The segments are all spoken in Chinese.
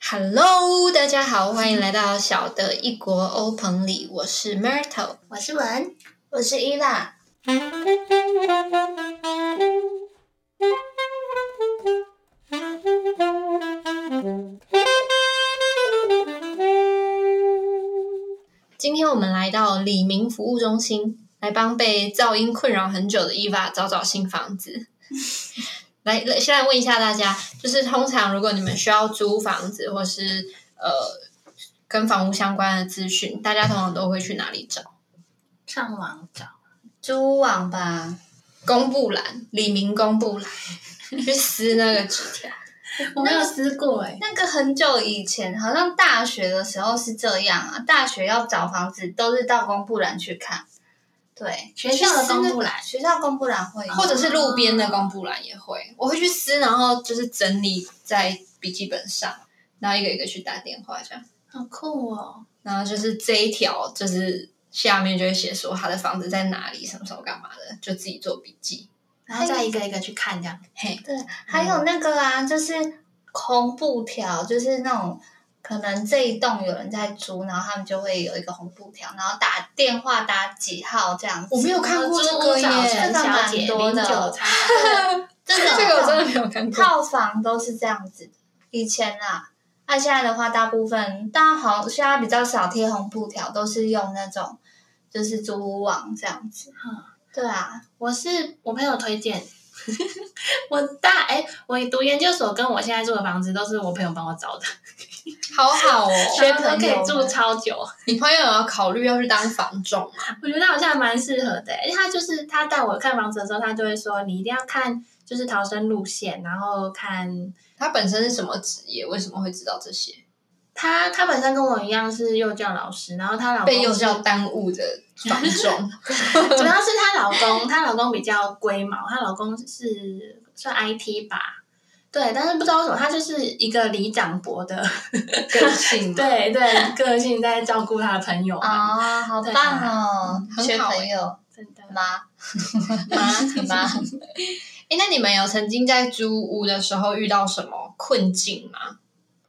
Hello，大家好，欢迎来到小的异国欧朋里，我是 Myrtle，我是文，我是伊拉。今天我们来到李明服务中心，来帮被噪音困扰很久的伊娃找找新房 子。来，来先来问一下大家，就是通常如果你们需要租房子或是呃跟房屋相关的资讯，大家通常都会去哪里找？上网找蛛网吧，公布栏，李明公布栏，去撕那个纸条。我没有撕过哎、那个很久以前，好像大学的时候是这样啊。大学要找房子都是到公布栏去看，对，学校的公布栏学校公布栏会有，嗯或者是路边的公布栏也会，我会去撕，然后就是整理在笔记本上，然后一个一个去打电话这样。好酷哦！然后就是这一条，就是下面就会写说他的房子在哪里，什么时候干嘛的，就自己做笔记。然后再一个一个去看这样，嘿，对，还有那个啊，就是红布条，就是那种可能这一栋有人在租，然后他们就会有一个红布条，然后打电话打几号这样子。我没有看过这个耶，这个小蛮姐多的零九餐这这个我真的没有看过。套房都是这样子，以前啦，那、现在的话，大部分大家好，现在比较少贴红布条，都是用那种就是租屋网这样子。嗯对啊，我是我朋友推荐， 我大哎、我读研究所跟我现在住的房子都是我朋友帮我找的， 好好哦，学然后朋可以友住吗超久。你朋友要考虑要去当房仲吗？我觉得好像蛮适合的、欸因为他就是他带我看房子的时候，他就会说你一定要看就是逃生路线，然后看他本身是什么职业？为什么会知道这些？他他本身跟我一样是幼教老师，然后她老公被幼是教耽误 的房仲，主要是她老公，她老公比较龟毛，她老公是算 IT 吧，对，但是不知道为什么，他就是一个里长伯的， 个性嘛，对对，个性在照顾他的朋友嘛，啊、好对棒哦，很学好朋欸友真的 妈妈妈。哎，那你们有曾经在租屋的时候遇到什么困境吗？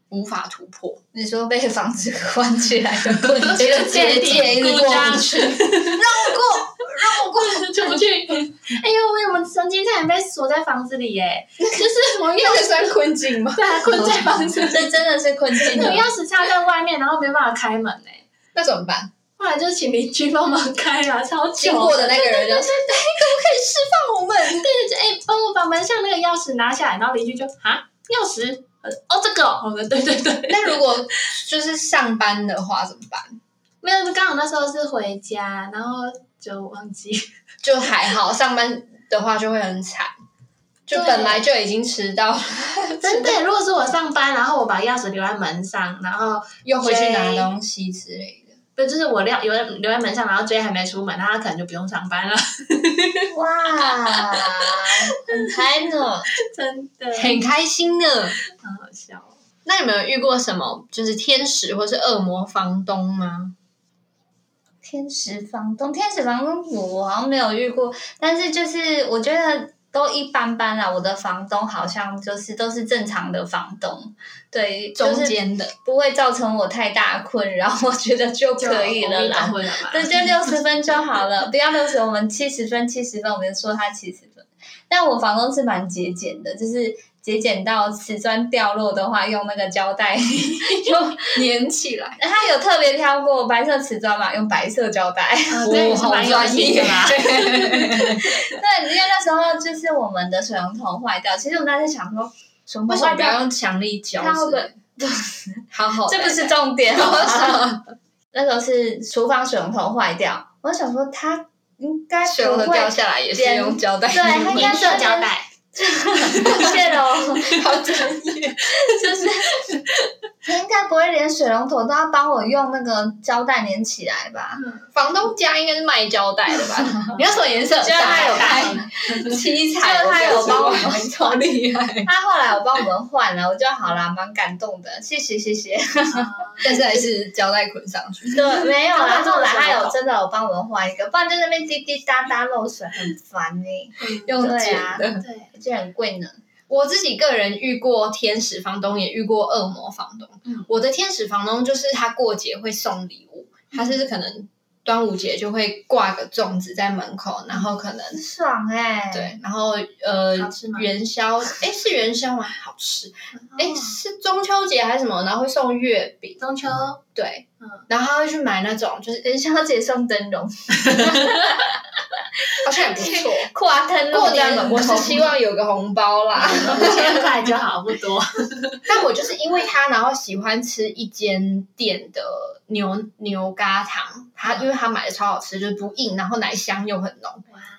无法突破，你说被房子关起来的困境，这个界界一直故过障 不去，让我过，让我过。出不去。哎呦，我有没有曾经差点被锁在房子里耶？就是我那个算困境吗？对啊，困在房子， 这真的是困境 我了。钥匙插在外面，然后没办法开门哎。那怎么办？后来就请邻居帮忙开啦，超 久经 过的那个人就说：“哎，可不可以释放我们？”对，就哎，帮、我把门上那个钥匙拿下来，然后邻居就啊，钥匙，呃哦，这个哦， 我说对对对， 那如果就是上班的话怎么办？没有，刚好那时候是回家，然后就忘记，就还好，上班的话就会很惨，就对本来就已经迟到了， 真的，如果是我上班，然后我把钥匙留在门上，然后又回去拿追东西之类的。不就是我留留在留在门上，然后 J 还没出门，那他可能就不用上班了，哇，很嗨呢。真的，很开心呢。很好笑哦。那你们有遇过什么就是天使或是恶魔房东吗？天使房东，天使房东我好像没有遇过，但是就是我觉得都一般般啦。我的房东好像就是都是正常的房东，对，就中是间的，不会造成我太大困扰，我觉得就就可以了啦。会了吧？对，就六十分就好了，不要六十，我们七十分，七十分，我们就说他七十分。但我房东是蛮节俭的，就是节俭到瓷砖掉落的话，用那个胶带用粘起来，他有特别挑过白色瓷砖嘛，用白色胶带。哦啊这也是好蛮有专心业啊的啦。对，因为那时候就是我们的水龙头坏掉，其实我们当时想说水龙为头什么坏不要掉，用强力胶它会之不类会的？ 好好的，这不是重点。啊那时候是厨房水龙头坏掉，我想说它应该水不龙头会掉下来也是用胶带，对它应该是色胶带， 泄漏，好专业。 就是它应该不会连水龙头都要帮我用那个胶带粘起来吧？房东家应该是卖胶带的吧？你要什么颜色？就他有大开白 七彩，就他有帮我们超厉害，他后来有帮我们换了，我就好啦，蛮感动的，谢谢谢谢。但是还是胶带捆上去。 对，没有他啦，帮我后来手他有动真的有帮我们换一个，不然就在那边滴滴答答漏水，很烦呢、用对剪啊的，对。而且很贵呢。我自己个人遇过天使房东，也遇过恶魔房东。嗯我的天使房东就是他过节会送礼物，嗯他是可能端午节就会挂个粽子在门口，然后可能很爽哎、，对，然后呃嗯好吃吗嗯元宵，哎是元宵吗？好吃，哎是中秋节还是什么？然后会送月饼，中秋对，嗯然后他会去买那种就是元宵节送灯笼，好像也 不错。跨灯笼过这样的年我活动是希望有个红包 啦，五千块就好不多，但我就是因为他，然后喜欢吃一间店的牛牛轧糖，他嗯因为他买的超好吃，就是不硬，然后奶香又很浓。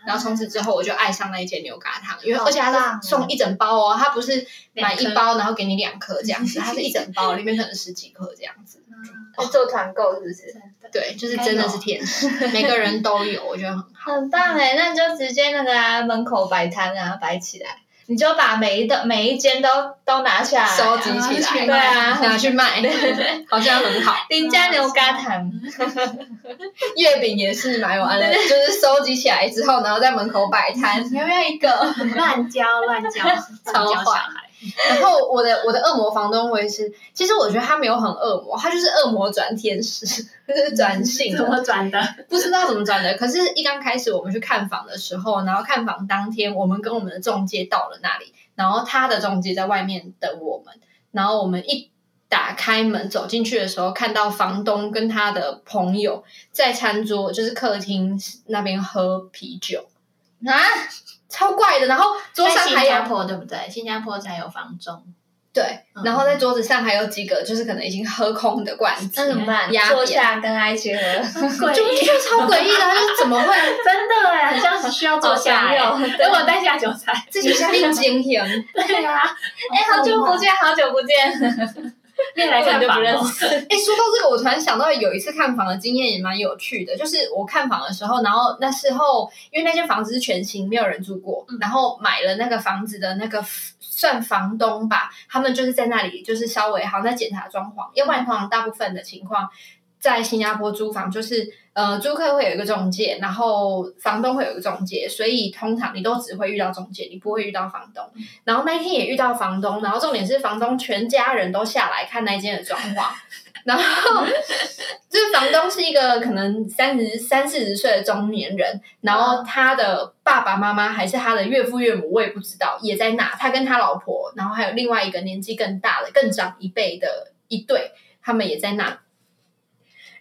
然后从此之后，我就爱上那一间牛轧糖，因为好而且棒它哦是送一整包哦，它不是买两一颗包然后给你两颗这样子，它是一整包，里面可能十几颗这样子。 在做团购是不是？真的 对，就是真的是天使，每个人都有，我觉得很好。很棒哎、那你就直接那个啊，门口摆摊啊，摆起来，你就把每一的每一间都都拿下来、收啊，集拿起来，去 对啊拿去卖，好像很好。林家牛轧糖，月饼也是蛮有安的，就是收集起来之后，然后在门口摆 摊，有没有一个？乱交乱交，乱交小孩，然后我的我的恶魔房东我也是，其实我觉得他没有很恶魔，他就是恶魔转天使，就是转性嗯怎了，么转的？不知道怎么转的。可是，一刚开始我们去看房的时候，然后看房当天，我们跟我们的中介到了那里，然后他的中介在外面等我们，然后我们一。打开门走进去的时候，看到房东跟他的朋友在餐桌，就是客厅那边喝啤酒，啊，超怪的。然后桌上在新还加有坡对不对？新加坡才有房中，对，嗯然后在桌子上还有几个就是可能已经喝空的罐子，那怎么办？压扁坐下跟他一起喝，贵就就超诡异的，就是怎么会 真的哎，这样子需要坐下好哎，朋友，等我带下酒菜。自己下定经营？对啊，哎、好久不见，好久不见，面来看根本就房不认哦。识，哎、说到这个，我突然想到有一次看房的经验也蛮有趣的，就是我看房的时候，然后那时候因为那间房子是全新，没有人住过，嗯然后买了那个房子的那个 f- 算房东吧，他们就是在那里就是稍微好像在检查装潢，要不然通常大部分的情况。在新加坡租房，就是呃，租客会有一个中介，然后房东会有一个中介，所以通常你都只会遇到中介，你不会遇到房东。然后那一天也遇到房东，然后重点是房东全家人都下来看那间的装潢，然后 就是房东是一个可能三十三四十岁的中年人，然后他的爸爸妈妈还是他的岳父岳母，我也不知道也在那，他跟他老婆，然后还有另外一个年纪更大的、更长一辈的一对，他们也在那。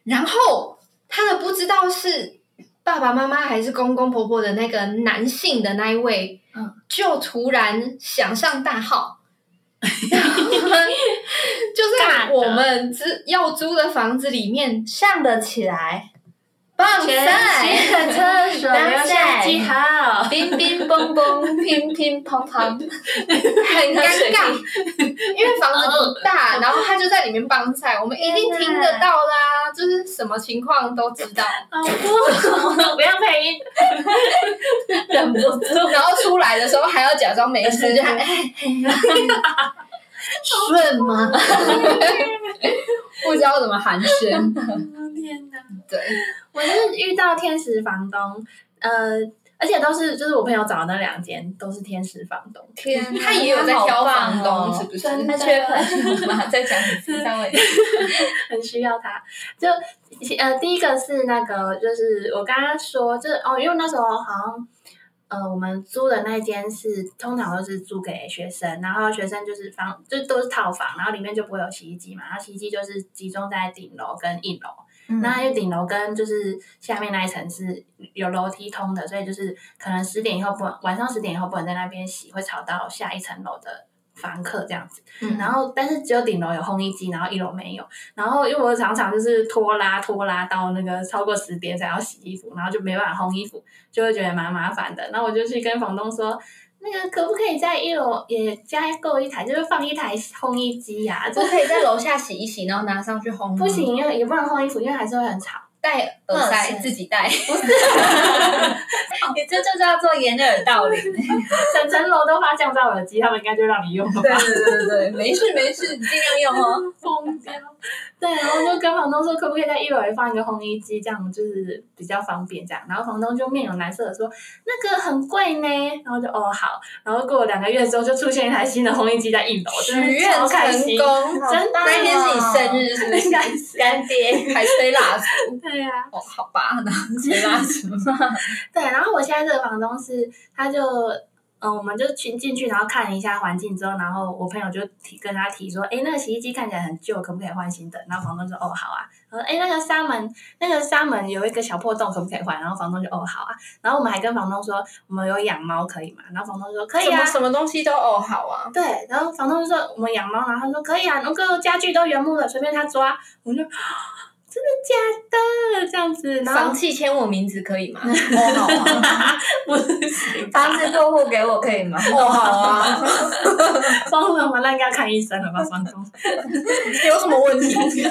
然后他的不知道是爸爸妈妈还是公公婆婆的那个男性的那一位，嗯，就突然想上大 号。然后呢就尬在的我们之要租的房子里面上得起来，棒全赛，新的厕所留下记号，冰冰嘣嘣，乒乒乓乓，很尴尬，因为房子不大，然后他就在里面棒赛，我们一定听得到啦，就是什么情况都知道。好酷！ 不要配音，忍不住然后出来的时候还要假装没事，就还顺吗？不知道怎么寒暄。天哪！对， 我是遇到天使房东，呃，而且都是就是我朋友找的那两间都是天使房东， 天哪，他也有在挑房好棒东，哦是不是？真他的缺朋友吗？再讲一次，三位。很需要他。就呃，第一个是那个，就是我刚刚说，就是哦，因为那时候好像呃，我们租的那间是通常都是租给学生，然后学生就是房就都是套房，然后里面就不会有洗衣机嘛，然后洗衣机就是集中在顶楼跟一楼，嗯那因为顶楼跟就是下面那一层是有楼梯通的，所以就是可能十点以后不晚上十点以后不能在那边洗，会吵到下一层楼的房客这样子。嗯然后但是只有顶楼有烘衣机，然后一楼没有。然后因为我常常就是拖拉拖拉到那个超过十点才要洗衣服，然后就没办法烘衣服，就会觉得蛮麻烦的。然后我就去跟房东说。那个可不可以在一楼也加购一台，就是放一台烘衣机呀、就不可以在楼下洗一洗，然后拿上去烘吗不，行，因为也不能烘衣服，因为还是会很吵。戴耳哇塞塞自己戴，不是，你这就叫做掩耳盗铃。整层楼都发降噪耳机，他们应该就让你 用了吧？对对对，没事没事，你尽量用哦。疯掉。对，然后就跟房东说，可不可以在一楼也放一个烘衣机，这样就是比较方便这样。然后房东就面有难色的说，那个很贵呢。然后就哦好，然后过了两个月之后，就出现一台新的烘衣机在一楼，许真的愿超开成心。功，好真的棒那一天是你哦生日，是不应该是？是 干爹，还吹蜡烛，对啊呀、哦，好吧，然后吹蜡 烛，对，然后我现在这个房东是，他就，嗯，我们就去进去，然后看了一下环境之后，然后我朋友就提跟他提说，哎，那个洗衣机看起来很旧，可不可以换新的？然后房东说，哦，好啊。然后哎，那个纱门，那个纱门有一个小破洞，可不可以换？然后房东就，哦，好啊。然后我们还跟房东说，我们有养猫可以吗？然后房东说，可以什啊么。什么东西都哦好啊，对，然后房东就说我们养猫，然后他说可以啊，那个家具都原木的，随便他抓。我们就真的假的这样子，然后房契签我名字可以 吗？哦好啊，不行吧，房子过户给我可以吗？哦好啊， 疯了吗？那应该要看医生了吧，房东。 有什么问 题？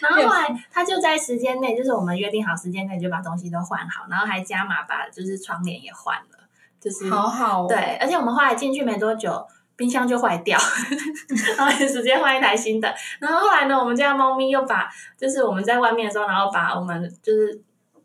然后后来他就在时间内，就是我们约定好时间内就把东西都换好，然后还加码把就是窗帘也换了，就是好好哦，对，而且我们后来进去没多久。冰箱就坏掉， 然后也直接换一台新的。然后后来呢，我们家猫咪又把，就是我们在外面的时候，然后把我们就是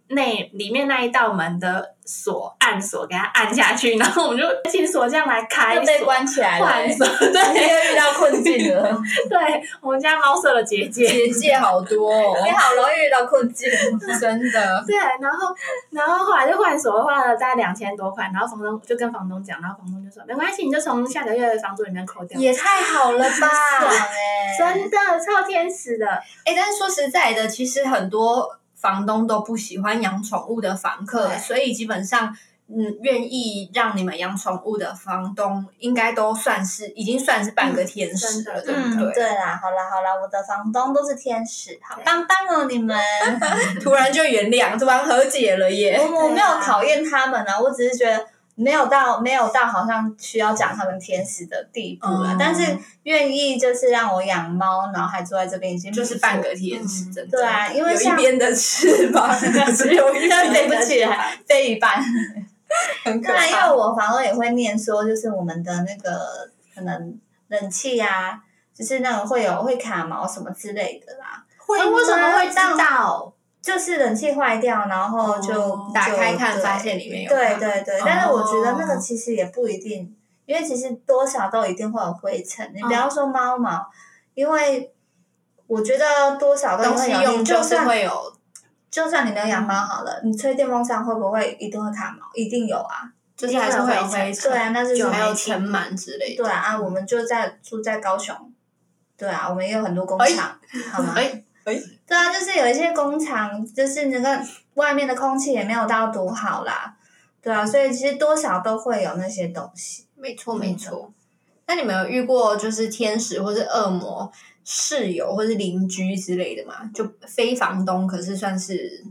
内里面那一道门的锁按锁给它按下去，然后我们就请锁匠来开又被锁关起来了、换欸，锁。 对又遇到困境了。对，我们家猫舍的结界。结界好多哦，你好容易遇到困境， 真的，对，然后然后后来就换锁，换了大概两千多块，然后房东就跟房东讲，然后房东就说没关系，你就从下个月的房租里面扣掉。也太 好 了吧！啊哎、真的超天使的，哎，但是说实在的，其实很多房东都不喜欢养宠物的房客，对所以基本上。嗯，愿意让你们养宠物的房东，应该都算是已经算是半个天使了，嗯对嗯不，对？对啦，好啦好啦，我的房东都是天使，好对棒棒哦你们！突然就原谅，这完和解了耶！我我没有讨厌他们啊，我只是觉得没有到没有到好像需要讲他们天使的地步啦。嗯但是愿意就是让我养猫，然后还住在这边已经就是半个天使，嗯真的。对啊，因为有一像边的翅 膀只有一边飞的不起翅膀，来，飞一半。很可当然，啊因为怕。我房东也会念说，就是我们的那个可能冷气啊，就是那种会有会卡毛什么之类的啦。会那为什么会知这样道？就是冷气坏掉，然后就、哦就打开看，对发现里面有对它对对哦，但是我觉得那个其实也不一定，因为其实多少都一定会有灰尘。你不嗯要说猫毛，因为我觉得多少都东会西有。用你就就是算会嗯有，就算你没有养猫好了，你吹电风扇会不会一定会卡毛？一定有啊，就是还是会有灰尘，对啊，那就是就还有没清尘螨之类的。对啊，啊，我们就在住在高雄，对啊，我们也有很多工厂，好吗？哎哎，对啊，就是有一些工厂，就是那个外面的空气也没有到多好啦，对啊，所以其实多少都会有那些东西。没错嗯没错。那你们有遇过就是天使或是恶魔室友或是邻居之类的吗？就非房东，可是算是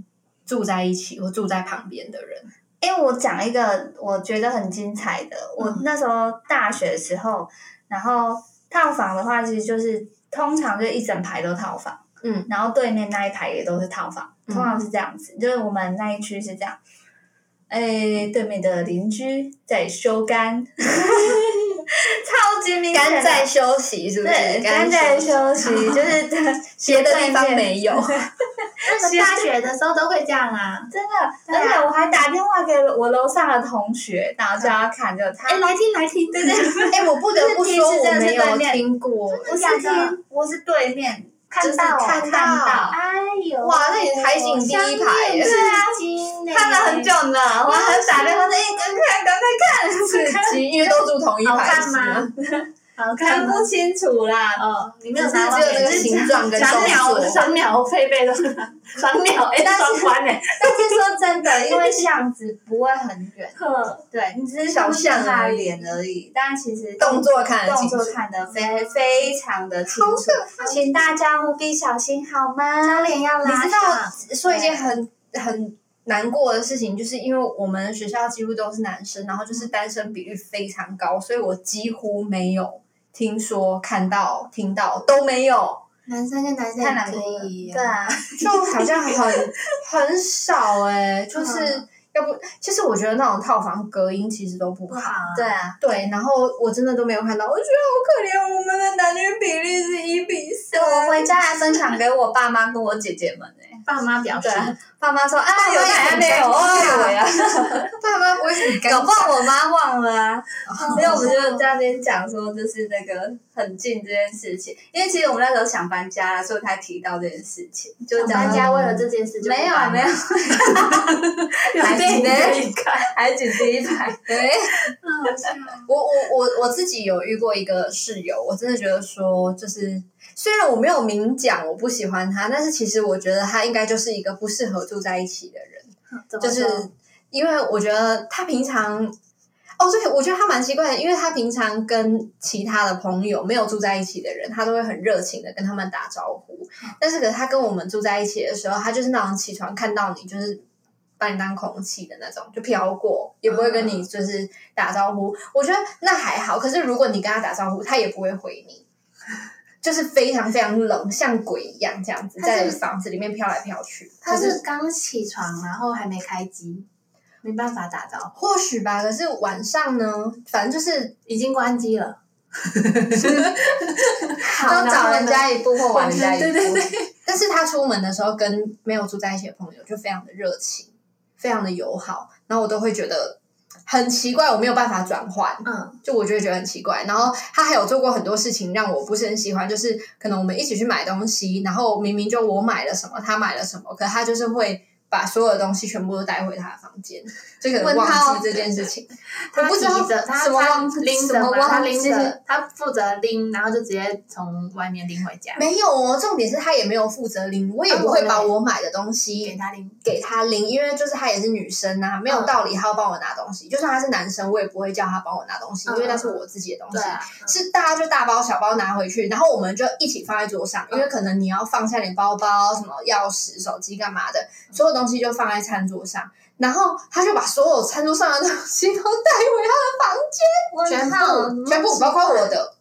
住在一起或住在旁边的 人。因为我讲一个我觉得很精彩的，我嗯那时候大学的时候，然后套房的话，其实就是通常就一整排都套房，嗯，然后对面那一排也都是套房，嗯通常是这样子，就是我们那一区是这样。哎，对面的邻居在修干， 超级明显的，干在休息是不是？对干在休息，就是 别的地方对面没有。那个大学的时候都会这样啊。真的，对啊而且我还打电话给我楼上的同学，然后叫他看，就他 哎，来听来听，对对，哎、我不得不 就说，是其实我真的没是对有面听过。 不是听，我是对面看到就是看看到 哎呦，哇那你海景第一排耶对啊，看了很久，呢，我还打电话说：“哎，赶快赶快刺看，激，因为都住同一好排，看是吗？ 吗？好看看吗？不清楚啦。哦，你没只有是拿到只有那眼个睛形状 跟赏动 鸟，作。赏鸟配备都是赏鸟，哎，但是双关哎，”但是说真的，因为巷子不会很远，呵对你只是小巷他而已脸而已，但其实动作看得动清楚作看得非非常的清楚，请大家务必小心好吗？脸要你拉知道上，说一件很很难过的事情，就是因为我们学校几乎都是男生，然后就是单身比率非常高，所以我几乎没有听说、看到、听到都没有。男生跟男生太难也过了可以、对，啊，就好像很很少哎、就是嗯要不，其实我觉得那种套房隔音其实都不不好。好啊，对啊，对，然后我真的都没有看到，我觉得好可怜，我们的男女比例是一比三。我回家还分享给我爸妈跟我姐姐们呢、爸妈表示对，爸妈说啊，爸妈有奶奶有哦，有呀，爸妈不会很尴搞不尬，好我妈忘了啊。所以我们就在那边讲说，就是那个很近这件事情，因为其实我们那时候想搬家啦，所以才提到这件事情，就讲大到家为嗯了这 件事就没有啊没有，有电影可以看，海景第一排，对。 嗯好笑我我我我自己有遇过一个室友，我真的觉得说，就是虽然我没有明讲我不喜欢他，但是其实我觉得他应该就是一个不适合住在一起的人，啊怎么就是说因为我觉得他平常，哦，对，我觉得他蛮奇怪的，因为他平常跟其他的朋友没有住在一起的人，他都会很热情的跟他们打招呼，嗯但是可是他跟我们住在一起的时候，他就是那种起床看到你就是把你当空气的那种，就飘过，也不会跟嗯你就是打招呼。我觉得那还好，可是如果你跟他打招呼，他也不会回你，就是非常非常冷，像鬼一样这样子，他是在房子里面飘来飘去。他可是刚起床，然后还没开机，没办法打招呼，或许吧，可是晚上呢，反正就是已经关机了。好都早人家一步或晚人家一步。对对但是他出门的时候跟没有住在一起的朋友就非常的热情，非常的友好，然后我都会觉得很奇怪，我没有办法转换。嗯，就我就会觉得很奇怪。然后他还有做过很多事情让我不是很喜欢，就是可能我们一起去买东西，然后明明就我买了什么，他买了什么，可他就是会把所有的东西全部都带回他的房间，就可能问忘他记这件事情。我他不知道提着，他什么他忘拎什着么嘛，他忘拎记着，他负责拎，然后就直接从外面拎回家， 没有哦，重点是他也没有负责拎，啊我也不会把我买的东给西他拎。给他拎，因为就是他也是女生啊，没有嗯道理他要帮我拿东西。就算他是男生，我也不会叫他帮我拿东西，因为那是我自己的东嗯对西。啊，是大家就大包小包拿回去，然后我们就一起放在桌嗯上，因为可能你要放下你包包、什么钥匙、手机干嘛的，嗯所有东西就放在餐桌上。然后他就把所有餐桌上的东西都带回他的房间，全部全部包括我的，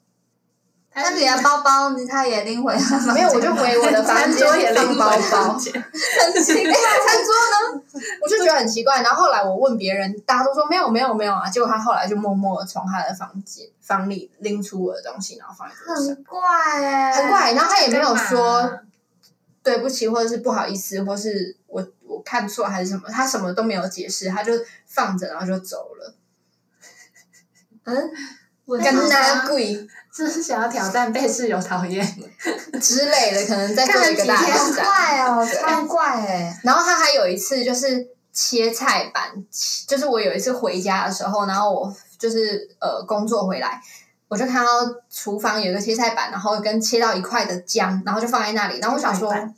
那你的包包他也拎回来吗？没有我就回我的房餐间桌也放拎包回包 房。间很奇怪，餐桌呢？ 我就觉得很奇怪。然后后来我问别人，大家都说没有没有没有啊。结果他后来就默默的从他的房间房里拎出我的东西，然后放在桌上，很怪哎、很怪。然后他也没有说干嘛对不起，或者是不好意思，或是我我看错还是什么，他什么都没有解释，他就放着，然后就走了。嗯，问跟他他鬼这是想要挑战被室友讨厌，之类的，可能在做一个大看了挑很战。怪哦、超怪哎、然后他还有一次就是切菜板，切就是我有一次回家的时候，然后我就是呃工作回来，我就看到厨房有一个切菜板，然后跟切到一块的姜，然后就放在那里，然后我想说切菜板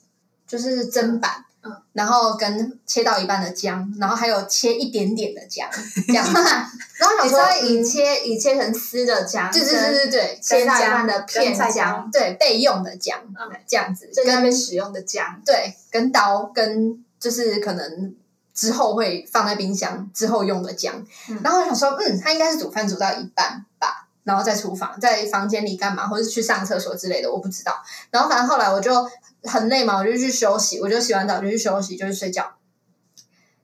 就是砧板。嗯嗯然后跟切到一半的姜，然后还有切一点点的姜，这 样。然后我想你说说，嗯以切以切成丝的姜，对对对对对，切切到到一一半半的的片片姜姜，对备用的姜嗯，这样子，在那跟边使用的姜，对，跟刀跟就是可能之后会放在冰箱之后用的姜。嗯然后我想说，嗯，他应该是煮饭煮到一半吧，然后在厨房在房间里干嘛，或是去上厕所之类的，我不知道。然后反正后来我就很累嘛，我就去休息，我就洗完澡就去休息，就去睡觉。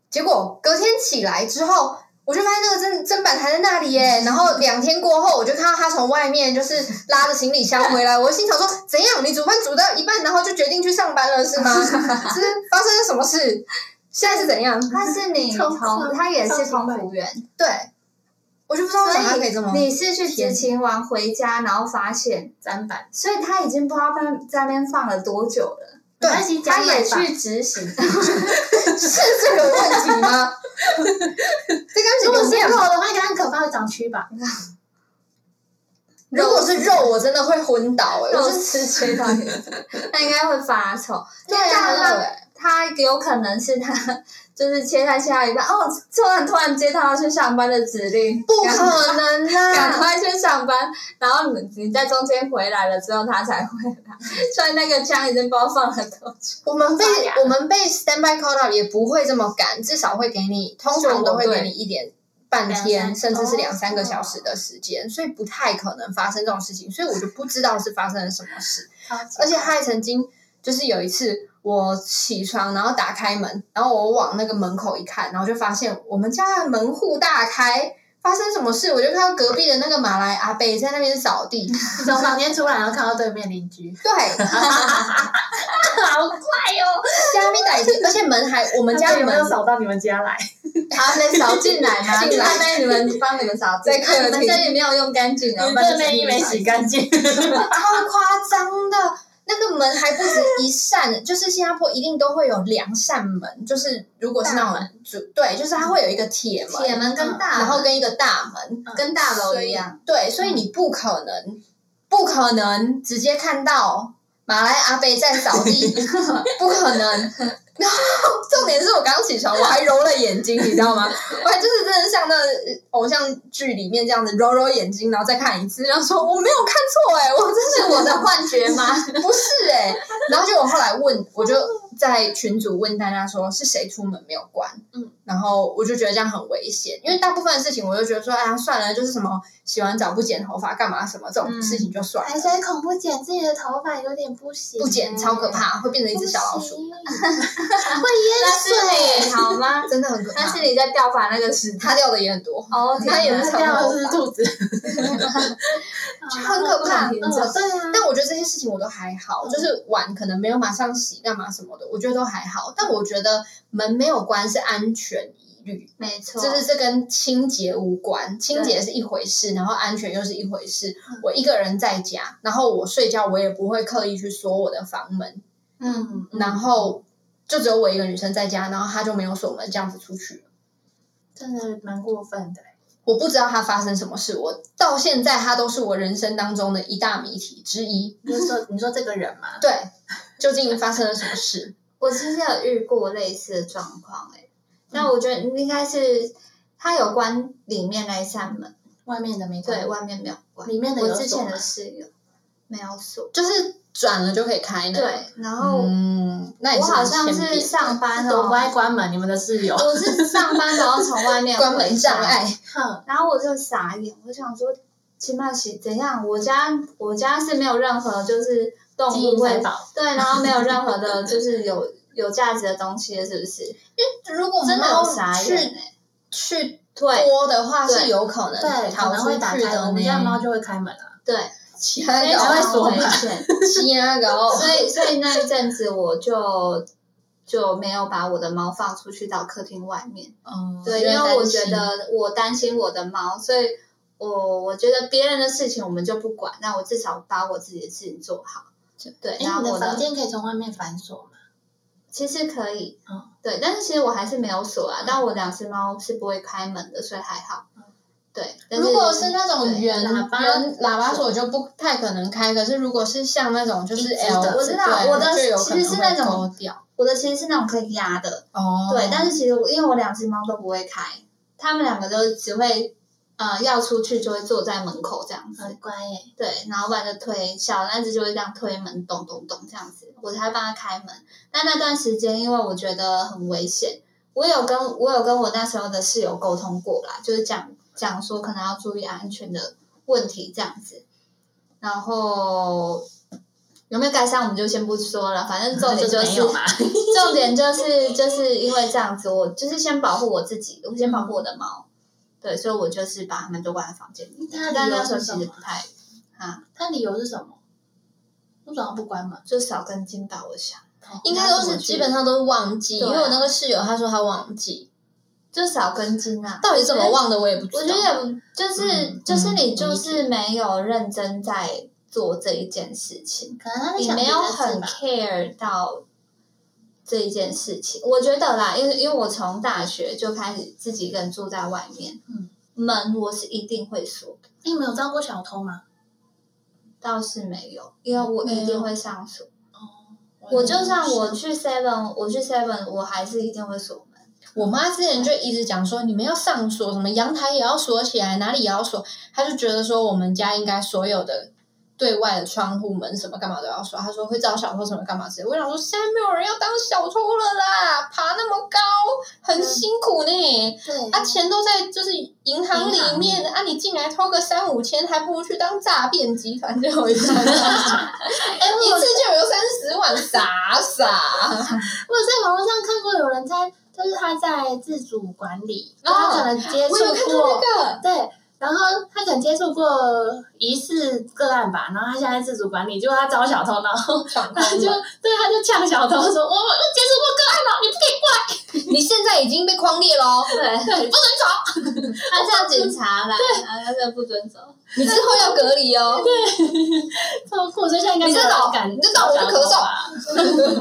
结果隔天起来之后。我就发现那个砧砧板还在那里耶，然后两天过后，我就看到他从外面就是拉着行李箱回来，我心想说：怎样？你煮饭煮到一半，然后就决定去上班了是吗？ 是发生了什么事？现在是怎样？他是你超同超，他也是超空怪服员，对，我就不知道为什么他可以这么所以你是去执勤完回家，然后发现， 砧板，所以他已经不知道放在那边放了多久了。对没关系他讲也奶吧去 执行，是这个问题吗？ 这如跟果是是个肉面。的话，应该很可怕，会长蛆吧？如果是肉，我真的会昏倒哎、欸！我肉是吃吹到你，他应该会发臭。对啊，那对他有可能是他 就是切菜切到一半，哦，突然突然接到要去上班的指令，不可能啊赶啦！快去上班，然后你你在中间回来了之后，他才回来， 所以那个枪已经不知道放了多久。我们被发芽我们被 standby call 到也不会这么赶，至少会给你，通常都会给你一点半两天，三哦甚至是两三个小时的时间，所以不太可能发生这种事情，所以我就不知道是发生了什么事。而且他还曾经就是有一次，我起床然后打开门，然后我往那个门口一看，然后就发现我们家的门户大开，发生什么事？我就看到隔壁的那个马来阿贝在那边扫地，从房间出来，然后看到对面邻居，对， 好怪哦！下面打而且门还我们家的有没门有扫到你们家 来？好，你们扫进来 嘛，进来慢慢你们帮你们扫进来，在客厅我们这里没有用干净啊哦，你帮这们扫内进衣来没洗干净， 超夸张的。那个门还不止一扇，就是新加坡一定都会有两扇门，就是如果是那大种主 对，就是它会有一个铁门，铁门跟大嗯门，然后跟一个大门，跟大楼一样，对，嗯所以嗯你不可能，不可能直接看到马来阿贝在扫 地，不可能。 然后重点是我刚起床，我 还揉了眼睛，你知 道吗？我还就是真的像那呃偶像剧里面这样子揉揉眼睛，然后再看一次，然后说我没有看错、哎，我这是是我我的的幻觉吗？ 不是哎、然后就我后来问，我就在群组问大家说是谁出门没有关，嗯，然后我就觉得这样很危险，因为大部分的事情我就觉得说，哎呀算了，就是什么洗完澡不剪头发干嘛什么这嗯种事情就算了，在哎恐怖剪自己的头发有点不行不剪超可，怕，会变成一只小老 鼠，那是你好 吗？真的很可怕。那是你在掉发那个时他掉的也很多，哦，他也是这长样头是发， 兔子，就很可怕。嗯嗯对啊，但我觉得这些事情我都还好，嗯就是碗可能没有马上洗干嘛什么的，我觉得都还好。但我觉得门没有关是安全疑虑，没错，就是这跟清洁无关，清洁是一回事，然后安全又是一回事。我一个人在家，然后我睡觉，我也不会刻意去锁我的房门，嗯，然后就只有我一个女生在家，然后她就没有锁门，这样子出去了。真的蛮过分的。我不知道她发生什么事，我到现在她都是我人生当中的一大谜题之一。你说你说这个人嘛，对，究竟发生了什么事？我其实有遇过类似的状况哎，但我觉得应该是它有关里面那一扇门，外面的没对外面没有关。里面的有我之锁前吗的室友没有锁，就是转了就可以开呢。，对，然后嗯，那也我是好像很欠是扁上班都哦不，爱关门，你们的室友，我是上班然后从外 面关门回障家碍，哼，然后我就傻眼，我想说，起码是怎样？我家我家是没有任何就是动金物银财会宝，对，然后没有任何的，就是有有价值的东西，是不是？如果真的有猫傻去眼哎、去对多的话对是有可能对，可逃能出会打去开的我们家的猫呢。就会开门了，对，其他非狗还会常锁危门险。其他狗，所以所以那一阵子我就就没有把我的猫放出去到客厅外面。哦嗯对，因为我觉得我担心我的猫，所以我我觉得别人的事情我们就不管，那我至少把我自己的事情做好。对，哎，然你后的我的房间可以从外面反锁吗？其实可以，嗯对，但是其实我还是没有锁啊嗯，但我两只猫是不会开门的，所以还好。对，但如果是那种对圆喇叭圆喇叭锁就不太可能开，可是如果是像那种就是一直 L，的我知道对我的就有可能其实是那种会勾掉我的其实是那种可以压的，哦，对，但是是其实我因为我两只猫都不会开，它们两个都只会呃要出去就会坐在门口这样子，很乖耶，对，然后不然就推小那只就会这样推门，咚咚咚这样子，我才帮它开门。但那段时间，因为我觉得很危险，我有跟我有跟我那时候的室友沟通过啦，就是讲讲说可能要注意安全的问题这样子。然后有没有改善，我们就先不说了，反正重点就就是没有嘛，重点就是就是因为这样子，我就是先保护我自己，我先保护我的猫，对，所以我就是把它们都关在房间里面。 那理但由那时候是其什实么不太啊， 他理由是什么？为什么不关门？就少根筋吧，我想，哦应该都是基本上都是忘记，因对啊为我那个室友他说他忘记，就少根筋啊。到底怎么忘的我也不知道。我觉得也不就是、嗯就是嗯你理就解是没有认真在做这一件事情，可能他在你想没别有的事很吧 care 到这一件事情，我觉得啦，因为因为我从大学就开始自己一个人住在外面，嗯，门我是一定会锁的，你们有遭过小偷吗？倒是没有，因为我一没定有会上锁。哦，我就算我去 Seven，我去 Seven，我还是一定会锁门。我妈之前就一直讲说，你们要上锁，什么阳台也要锁起来，哪里也要锁。她就觉得说，我们家应该所有的对外的窗户门什么干嘛都要刷。他说会招小偷什么干嘛之类的。我想说现在没有人要当小偷了啦，爬那么高很辛苦呢、嗯对啊，钱都在就是银行银里行面啊，你进来偷个三五千，还不如去当诈骗集团最后一 张。哎、一次就有三十万，傻傻。我有在网络上看过有人在，就是他在自主管理，哦他可能接触我有看到那过，个，对，然后他可能接触过疑似个案吧，然后他现在自主管理，结果他招小偷，然后闯他就空门对他就呛小偷说：“我我我接触过个案了，你不可以过来，你现在已经被框列哦喽，对，对，你不能走。 他叫警察来，啊他真的不遵守。你之后要隔离 哦。超酷！”所以现在应该你没这有人种敢，你这种我就咳嗽。嗽，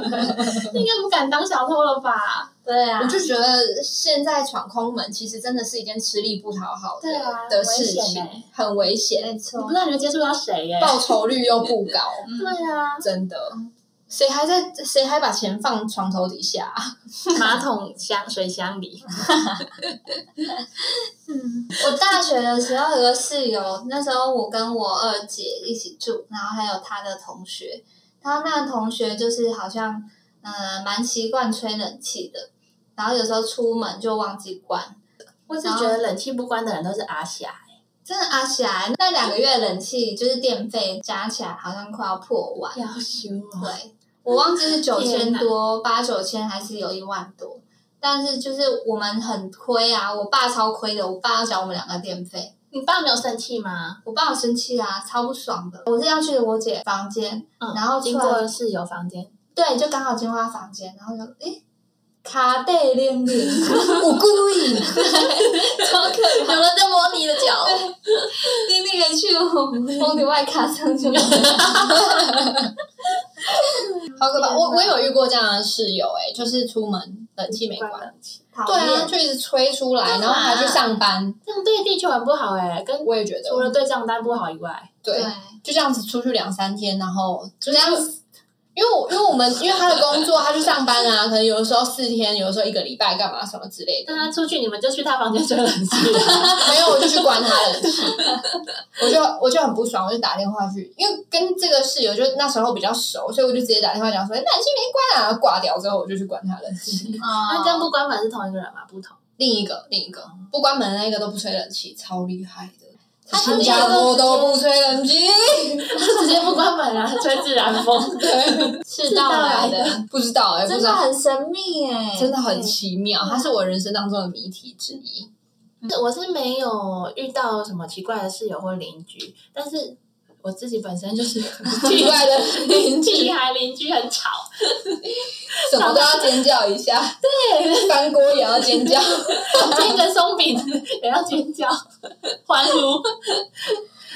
应该不敢当小偷了吧？对啊我，就觉得现在闯空门其实真的是一件吃力不讨好的对啊的很危事险情欸，很危险，没你不错知，道你会接触到谁耶？报酬率又不高，对啊，真的。谁还在？谁还把钱放床头底下啊、马桶箱、水箱里，我大学的时候有个室友，那时候我跟我二姐一起住，然后还有她的同学，然后那个同学就是好像呃蛮习惯吹冷气的，然后有时候出门就忘记关，我只觉得冷气不关的人都是阿霞。真的阿起来那两个月冷气就是电费加起来好像快要破万，要修啊！对我忘记是九天千哪多八九千还是有一万多，但是就是我们很亏啊，我爸超亏的，我爸要缴我们两个电费。你爸没有生气吗？我爸好生气啊，超不爽的。我是要去我姐房间，嗯然后出经来过室友房 间，对，就刚好经过她房间，然后就诶，卡带零 零，我故意，超可怕，有人在摸你的脚，你那个去往里外卡上去。 好可怕！我我有遇过这样的室友、欸，就是出门冷气没关，冷气，讨对啊，厌就一直吹出来，干嘛然后还去上班， 这样对地球很不好哎。跟我也觉得除，了对账单不好以外，对，对，嗯就这样子出去两三天，然后就这样子。因为我因为我们因为他的工作，他去上班啊， 可能有的时候四天，有的时候一个礼拜，干嘛什么之类的 那。他出去你们就去他房间吹冷 气。没有，我就去关他冷气， 我就我就很不爽，我就打电话去，因为跟这个室友就那时候比较熟，所以我就直接打电话讲说哎冷气没关啊，挂掉之后我就去关他冷 气。那那跟不关门是同一个人吗？不同。另一个另一个不关门的那个都不吹冷气，超厉害的。他新加坡都不吹冷 气， 直接不关门啊，吹自然风。 赤道来赤道的，不知道哎、不真知的道，很神秘哎、真的很奇妙，它是我人生当中的谜题之一。我是没有遇到什么奇怪的室友或邻居，但是我自己本身就是 奇奇怪的邻居 屁，孩邻居很吵，什么都要尖叫一下，对，翻锅也要尖叫。煎个松饼也要尖叫欢呼。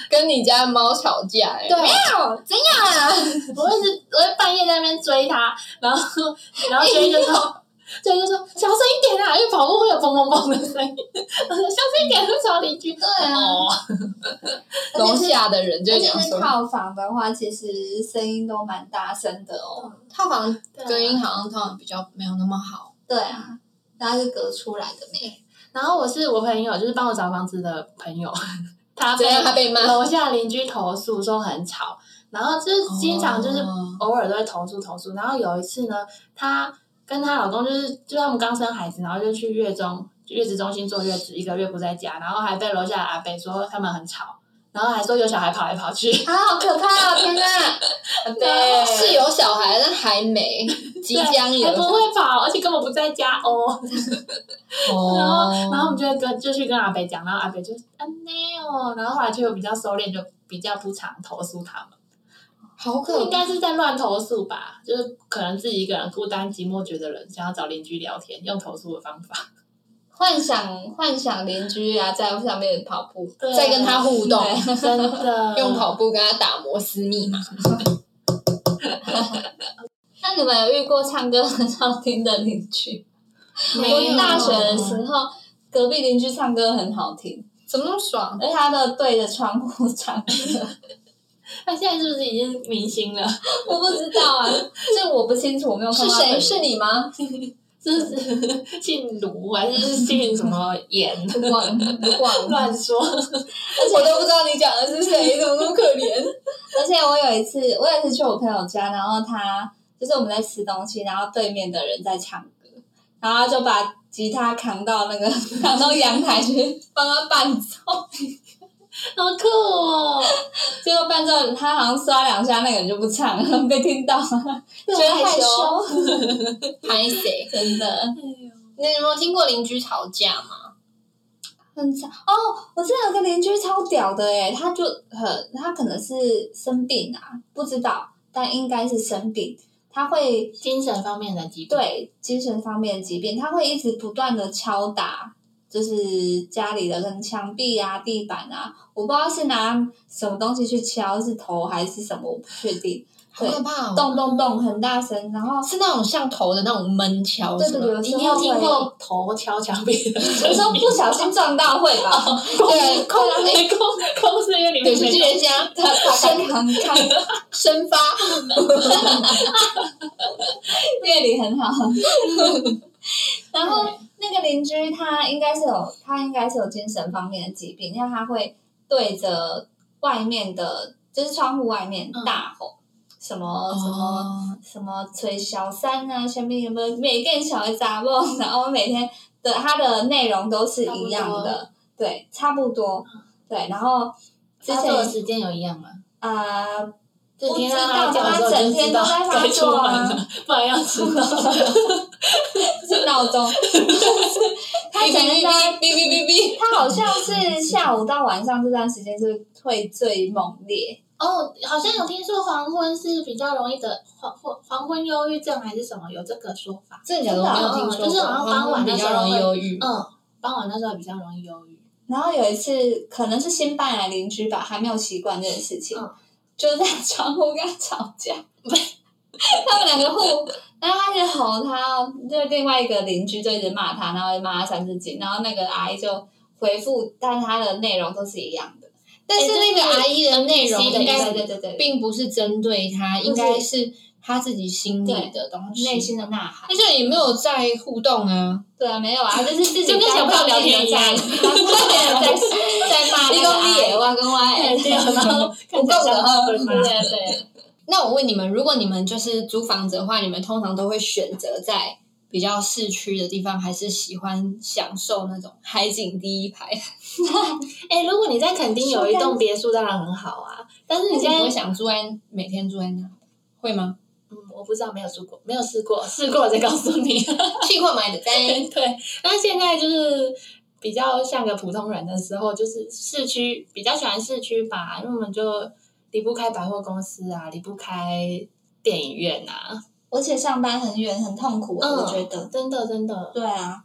跟你家猫吵架、欸，对喵，怎样啊？我会是，我会半夜在那边追它，然后然后追就说。追就说小声一点啊啦、因为跑步会有嘣嘣嘣的声音。我说小声一点，会吵邻居。对啊哦、而且楼是下的人就而会且讲是说，套房的话，其实声音都蛮大声的哦。套房对啊隔音好像通常比较没有那么好。对啊，它是隔出来的没。然后我是我朋友，就是帮我找房子的朋友， 他怎被样？他被骂？楼下邻居投诉说很吵，然后就是经常就是 哦偶尔都会投诉投诉。然后有一次呢，她跟她老公就是就他们刚生孩子，然后就去月中月子中心坐月子，一个月不在家，然后还被楼下的阿伯说他们很吵，然后还说有小孩跑来 跑去。啊，好可怕哦！天哪，对是有小孩，但还没，即将有 还。不会跑，而且根本不在家哦。然后，然后我哦，们就会跟就去跟阿北讲，然后阿北就啊没有，然后后来就比较收敛，就比较不常投诉他们。好这可应怕！该是在乱投诉吧，就是可能自己一个人孤单寂寞觉得冷，想要找邻居聊天，用投诉的方法。幻想幻想邻居啊，在上面跑步， 对再跟他互动，真的用跑步跟他打摩斯密码。那你们有遇过唱歌很好听的邻居？ 没有哦我大学的时候，隔壁邻居唱歌很好听，怎么那么爽？而且他都对着窗户唱歌， 他现在是不是已经明星了？我不知道啊，这我不清楚，我没有看是到他本谁？人是你 吗？是不是 姓卢还是姓什么严？ 忘了不管，乱说，我都不知道你讲的是谁，怎么那么可怜？ 而且且我有一次，我有一次去我朋友家，然后他就是我们在吃东西，然后对面的人在唱歌，然后他就把吉他扛到那个 扛到阳台去帮他伴奏， 好酷哦！结果伴奏他好像刷两下，那个人就不唱了，被 听到了，觉得害羞，拍谁？真的哎你有没有听过邻居吵架吗？很惨哦。我之前有个邻居超屌的诶，他就很他可能是生病啊，不知道，但应该是生病，他会精神方面的疾病，，对精神方面的疾病，他会一直不断的敲打，就是家里的跟墙壁啊、地板啊，我不知道是拿什么东西去敲，是头还是什么，我不确定。好对，可怕哦！咚咚咚，很大声，然后是那种像头的那种闷敲，对是吗对对你有你时候有会听过？头敲墙壁的，有时候不小心撞到会吧？对，哦空对啊，空空是因为里对，面就没是人家他他 刚刚看生发，乐理 很好。然后那个邻居他应该是有他应该是有精神方面的疾病，因为他会对着外面的，就是窗户外面嗯哦大吼。什么什么、哦什么吹小三啊，下面有没有每个人小的杂梦，然后每天的它的内容都是一样差不的，对，差不多，对。然后之发前作的时间有一样吗？啊、就不听知到道他叫的时候他就整知天都道在发该出作啊门了，不然要迟到。是闹钟， 他整天在哔哔哔哔。他好像是下午到晚上这段时间是会最猛烈，哦，好像有听说黄昏是比较容易得黄黄黄昏忧郁症还是什么，有这个说法。真的假的？我没有听说过，就是好像傍晚比的时候较容易忧郁。嗯，傍晚那时候比较容易忧 郁。然后有一次可能是新搬来邻居吧，还没有习惯这件事情，嗯就在 窗户跟他吵架，他们两个互，然后他就吼他哦，就另外一个邻居就一直骂他，然后骂他三字经，然后那个阿姨就回复，但他的内容都是一样的，但是那个阿姨的内容哎就是应该对对对对对，并不是针对他，应该是他自己心里的东西，内心的呐喊而。且也没有在互动啊。对啊，没有啊，就是自己就跟小朋友聊天一样 在在 在骂那个阿姨我跟我哎，对啊， 然后不看起来像够会了，吗对对对， 那我问你们，如果你们就是租房子的话，你们通常都会选择在比较市区的地方，还是喜欢享受那种海景第一排？ 哎，如果你在垦丁有一栋别墅，当然很好啊。但是那你你现不在会，想住在每天住在那，会吗？嗯，我不知道，没有住过，没有试过， 试过了再告诉 你。去矿买的单，对，那现在就是比较像个普通人的时候，就是市区比较喜欢市区吧，因为我们就离不开百货公司啊，离不开电影院啊，而且上班很远很痛苦，嗯我觉得。真的真的，对啊，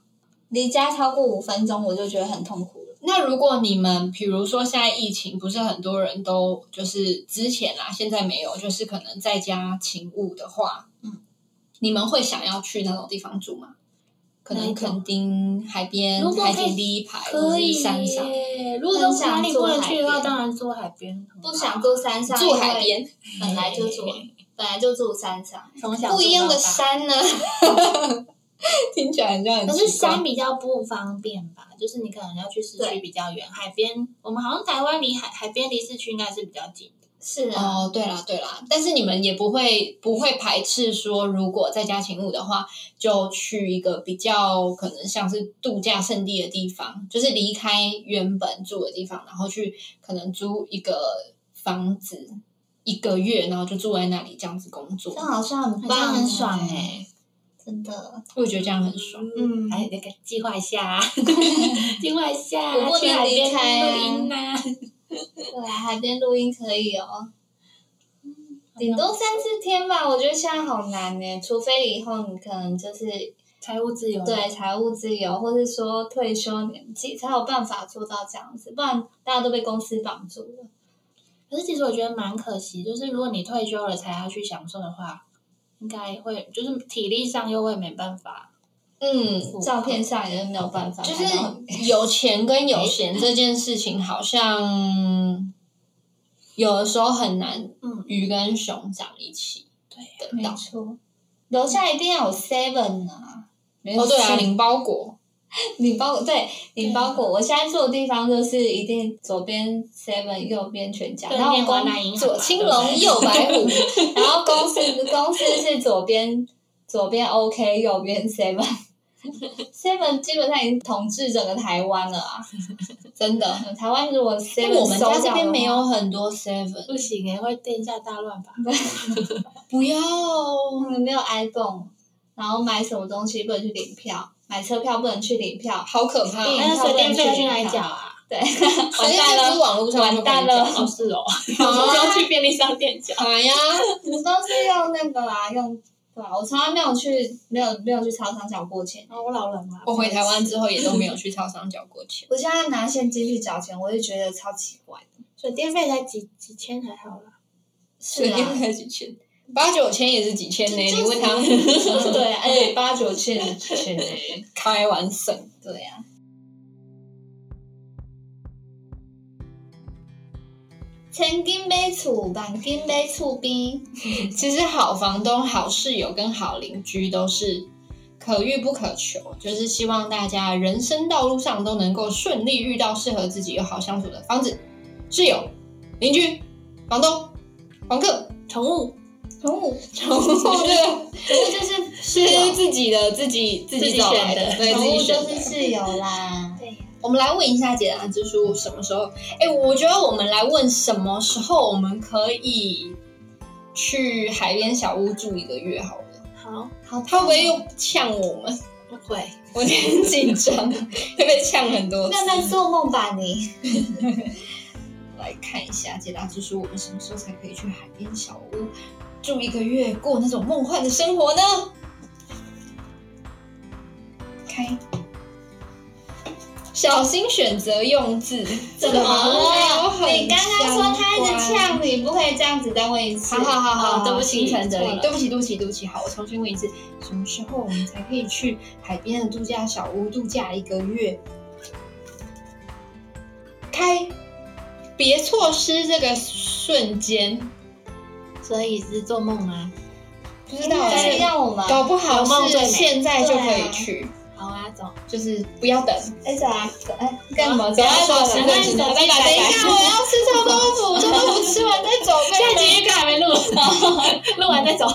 离家超过五分钟我就觉得很痛苦了。那如果你们，比如说现在疫情，不是很多人都就是之前啦，现在没有，就是可能在家勤务的话，嗯，你们会想要去那种地方住吗？可哪一能种垦丁海边如、果可海以景第一排，或可者以是山上，耶。如果都哪里不能去的话，当然住海边。不想住山上，住海，边， 本来就 住，本来就住山上。从小不一样的住到大，山呢、听起来很像很可是奇怪山比较不方便吧，就是你可能要去市对区比较远，海边我们好像台湾离海海边离市区应该是比较近的。是啊，哦，对啦，对啦，但是你们也不会不会排斥说，如果在家勤务的话，就去一个比较可能像是度假胜地的地方，就是离开原本住的地方，然后去可能租一个房子一个月，然后就住在那里这样子工作这。好像很好棒像欸，很爽哎、真的。我也觉得这样很爽。嗯还哎那个计划一下 啊，计划一下我啊，不能去海边离开啊录音呐、对啊，海边录音可以哦。顶多三四天吧，我觉得现在好难呢。除非以后你可能就是财务自由。对，财务自由，或是说退休年纪才有办法做到这样子，不然大家都被公司绑住了。可是其实我觉得蛮可惜，就是如果你退休了才要去享受的话，应该会就是体力上又会没办法。嗯，照片上也是没有办法，就是拍到很 有钱跟有闲这件事情，好像有的时候很难嗯，鱼跟熊掌一起对，得到没。错，楼下一定要有 seven 啊，哦，对啊，事零包裹，领包裹，对，领包裹。我现在住的地方就是一定左边 Seven，右边全家，对然后面华南银公行左嘛青对不龙，对右白虎，然后公司公司是左边左边 OK，右边 Seven。Seven 基本上已经统治整个台湾了啊！真的，台湾如果 Seven 但我们家收这掉边的没话有很多 Seven，不行哎、会天下大乱吧？不要，我们没有 iPhone，然后买什么东西不能去领票，买车票不能去领票，好可怕！对好那水电费要去哪里缴啊？对，像完蛋是不是了，网络上就可以讲哦，是 哦，完蛋了好啊我就要去便利商店缴。好 呀，我们都是用那个啦，用对吧？我从来没有去，没有没有去超商缴过钱。哦，我老人了，我回台湾之后也都没有去超商缴过钱。我现在拿现金去缴钱，我就觉得超奇怪的。水电费才几几千还好啦。水啊电才几千，八九千也是几千呢。就你问他， 对啊，而 且八九千钱哎，开玩笑。 对呀、啊。千金买厝，万金买厝边。其实好房东、好室友跟好邻居都是可遇不可求，就是希望大家人生道路上都能够顺利遇到适合自己又好相处的房子、室友、邻居、房东、房客、宠物、宠物，宠物这个宠物就是是 自己的，自己自自己己找来选的对，自宠物己选就的是。室友啦。对呀、我们来问一下解答之书什么时候？哎，我觉得我们来问什么时候我们可以去海边小屋住一个月好了。好，好，啊他会不会又呛我们？不会。我有点紧张， 会被呛很多次那。在做梦吧你？来看一下解答之书，我们什么时候才可以去海边小屋住一个月，过那种梦幻的生活呢？开，小心选择用字，怎么了？哦你你刚刚说他一直。呛你，不可以这样子，再问一次。好好好好，哦对不起，心诚则对灵不起，对不起，对不起，对不起。好，我重新问一次，什么时候我们才可以去海边的度假小屋度假一个月？开，别错失这个瞬间，所以是做梦吗？不知道但是哎，让我们搞不好有梦最是美现在就可对啊以去，好啊，走。就是不要等。哎啥？哎，干嘛？啊不要不要说等了等一下，我那你手机打开要吃臭豆腐，臭豆腐吃完再走。 下拜拜集预告还没录，录完再走。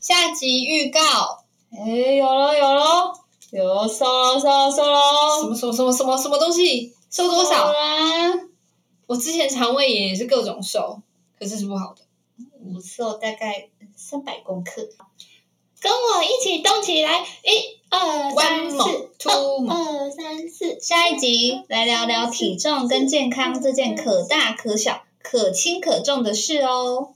下集预告。哎，有喽有喽，有收喽收喽收什喽，么什么什么什么什么东西？瘦多收少？啦？我之前肠胃炎也是各种瘦，可是是不好的。我瘦大概三百公克，跟我一起动起来！一、二、三、 One 四 more,，two more。二、三、四。下一集来聊聊体重跟健康这件可大可小、可轻可重的事哦。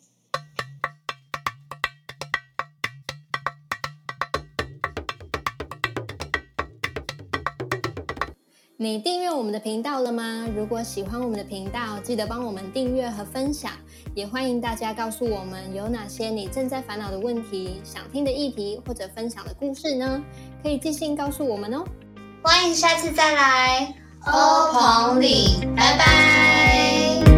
你订阅我们的频道了吗？如果喜欢我们的频道，记得帮我们订阅和分享，也欢迎大家告诉我们有哪些你正在烦恼的问题、想听的议题或者分享的故事呢？可以寄信告诉我们哦。欢迎下次再来欧鹏里，拜拜。